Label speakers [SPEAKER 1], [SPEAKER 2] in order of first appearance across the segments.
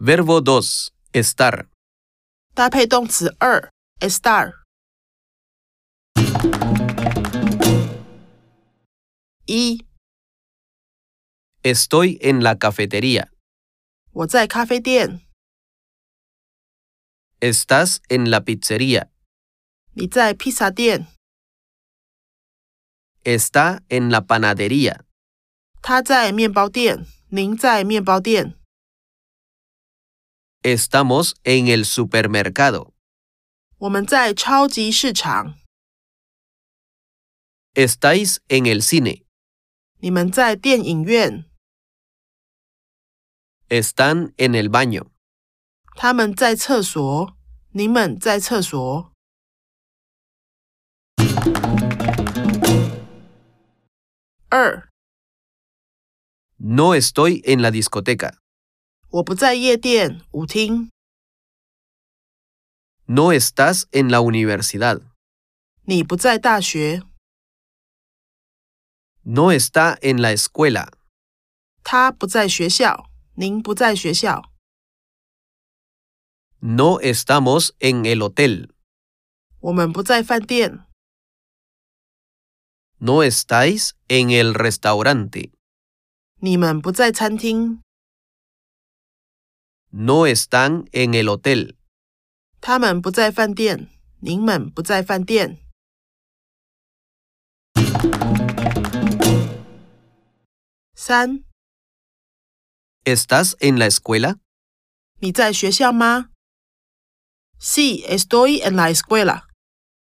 [SPEAKER 1] Verbo 2. Estar.
[SPEAKER 2] 搭配动词二 estar。一，
[SPEAKER 1] Estoy en la cafetería.
[SPEAKER 2] 我在咖啡店，
[SPEAKER 1] Estás en la pizzería.
[SPEAKER 2] 你在披萨店，
[SPEAKER 1] Está en la panadería.
[SPEAKER 2] 他在面包店，您在面包店，
[SPEAKER 1] Estamos en el supermercado.
[SPEAKER 2] 我们在超级市场，
[SPEAKER 1] Estáis en el cine.
[SPEAKER 2] 你们在电影院，
[SPEAKER 1] Están en el baño.
[SPEAKER 2] 他们在厕所，你们在厕所。二，
[SPEAKER 1] No estoy en la discoteca.
[SPEAKER 2] 我不在夜店、舞厅，
[SPEAKER 1] No estás en la universidad.
[SPEAKER 2] 你不在大学，
[SPEAKER 1] No está en la escuela.
[SPEAKER 2] 他不在学校，您不在学校，
[SPEAKER 1] No estamos en el hotel.
[SPEAKER 2] 我们不在饭店，
[SPEAKER 1] No estáis en el restaurante.
[SPEAKER 2] 你们不在餐厅，
[SPEAKER 1] No están en el hotel.
[SPEAKER 2] 他们不在饭店，您们不在饭店。三，
[SPEAKER 1] ¿Estás en la escuela?
[SPEAKER 2] 你在学校吗？Sí, estoy en la escuela。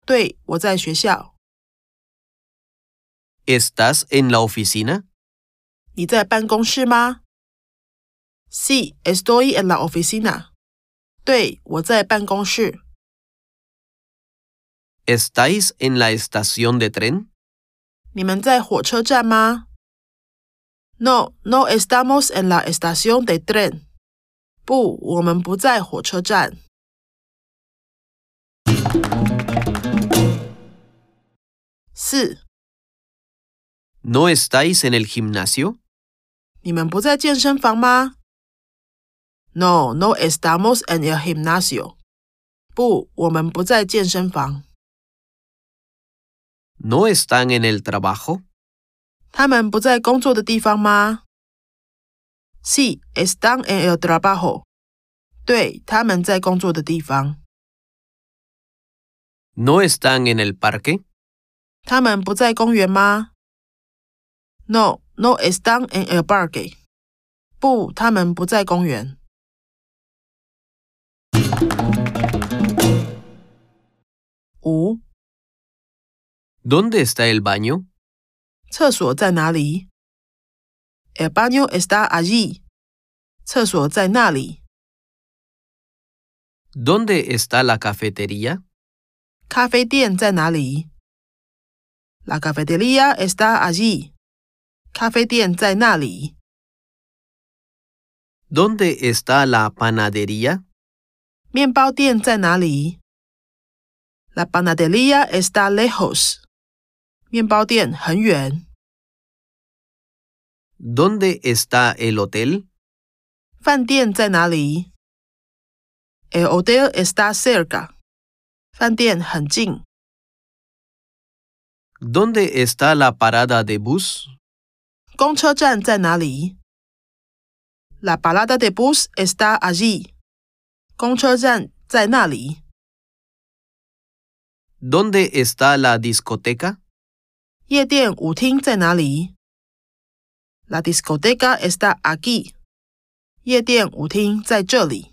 [SPEAKER 2] 对，我在学校。
[SPEAKER 1] ¿Estás en la oficina?
[SPEAKER 2] 你在办公室吗？Sí, estoy en la oficina。对，我在办公室。
[SPEAKER 1] ¿Estáis en la estación de tren?
[SPEAKER 2] 你们在火车站吗？No, no estamos en la estación de tren。不，我们不在火车站。四，
[SPEAKER 1] ¿No estáis en el gimnasio?
[SPEAKER 2] 你们不在健身房吗？No, no estamos en el gimnasio。不，我们不在健身房。
[SPEAKER 1] ¿No están en el trabajo?
[SPEAKER 2] 他们不在工作的地方吗？Sí, están en el trabajo。对，他们在工作的地方。
[SPEAKER 1] ¿No están en el parque?
[SPEAKER 2] 他们不在公园吗？No, no están en el parque。不，他们不在公园。五，
[SPEAKER 1] ¿Dónde está el baño?
[SPEAKER 2] 厕所在哪里？El baño está allí。厕所在那里。
[SPEAKER 1] ¿Dónde está la cafetería?
[SPEAKER 2] 咖啡店在哪里？La cafetería está allí。咖啡店在那里。
[SPEAKER 1] ¿Dónde está la panadería?
[SPEAKER 2] 面包店在哪里？La panadería está lejos。面包店很远。
[SPEAKER 1] ¿Dónde está el hotel?
[SPEAKER 2] 饭店在哪里？El hotel está cerca。饭店很近。
[SPEAKER 1] ¿Dónde está la parada de bus?
[SPEAKER 2] 公车站在哪里？La parada de bus está allí。公车站在那里。
[SPEAKER 1] ¿Dónde está la discoteca?
[SPEAKER 2] 夜店舞厅在哪里？La discoteca está aquí。夜店舞厅在这里。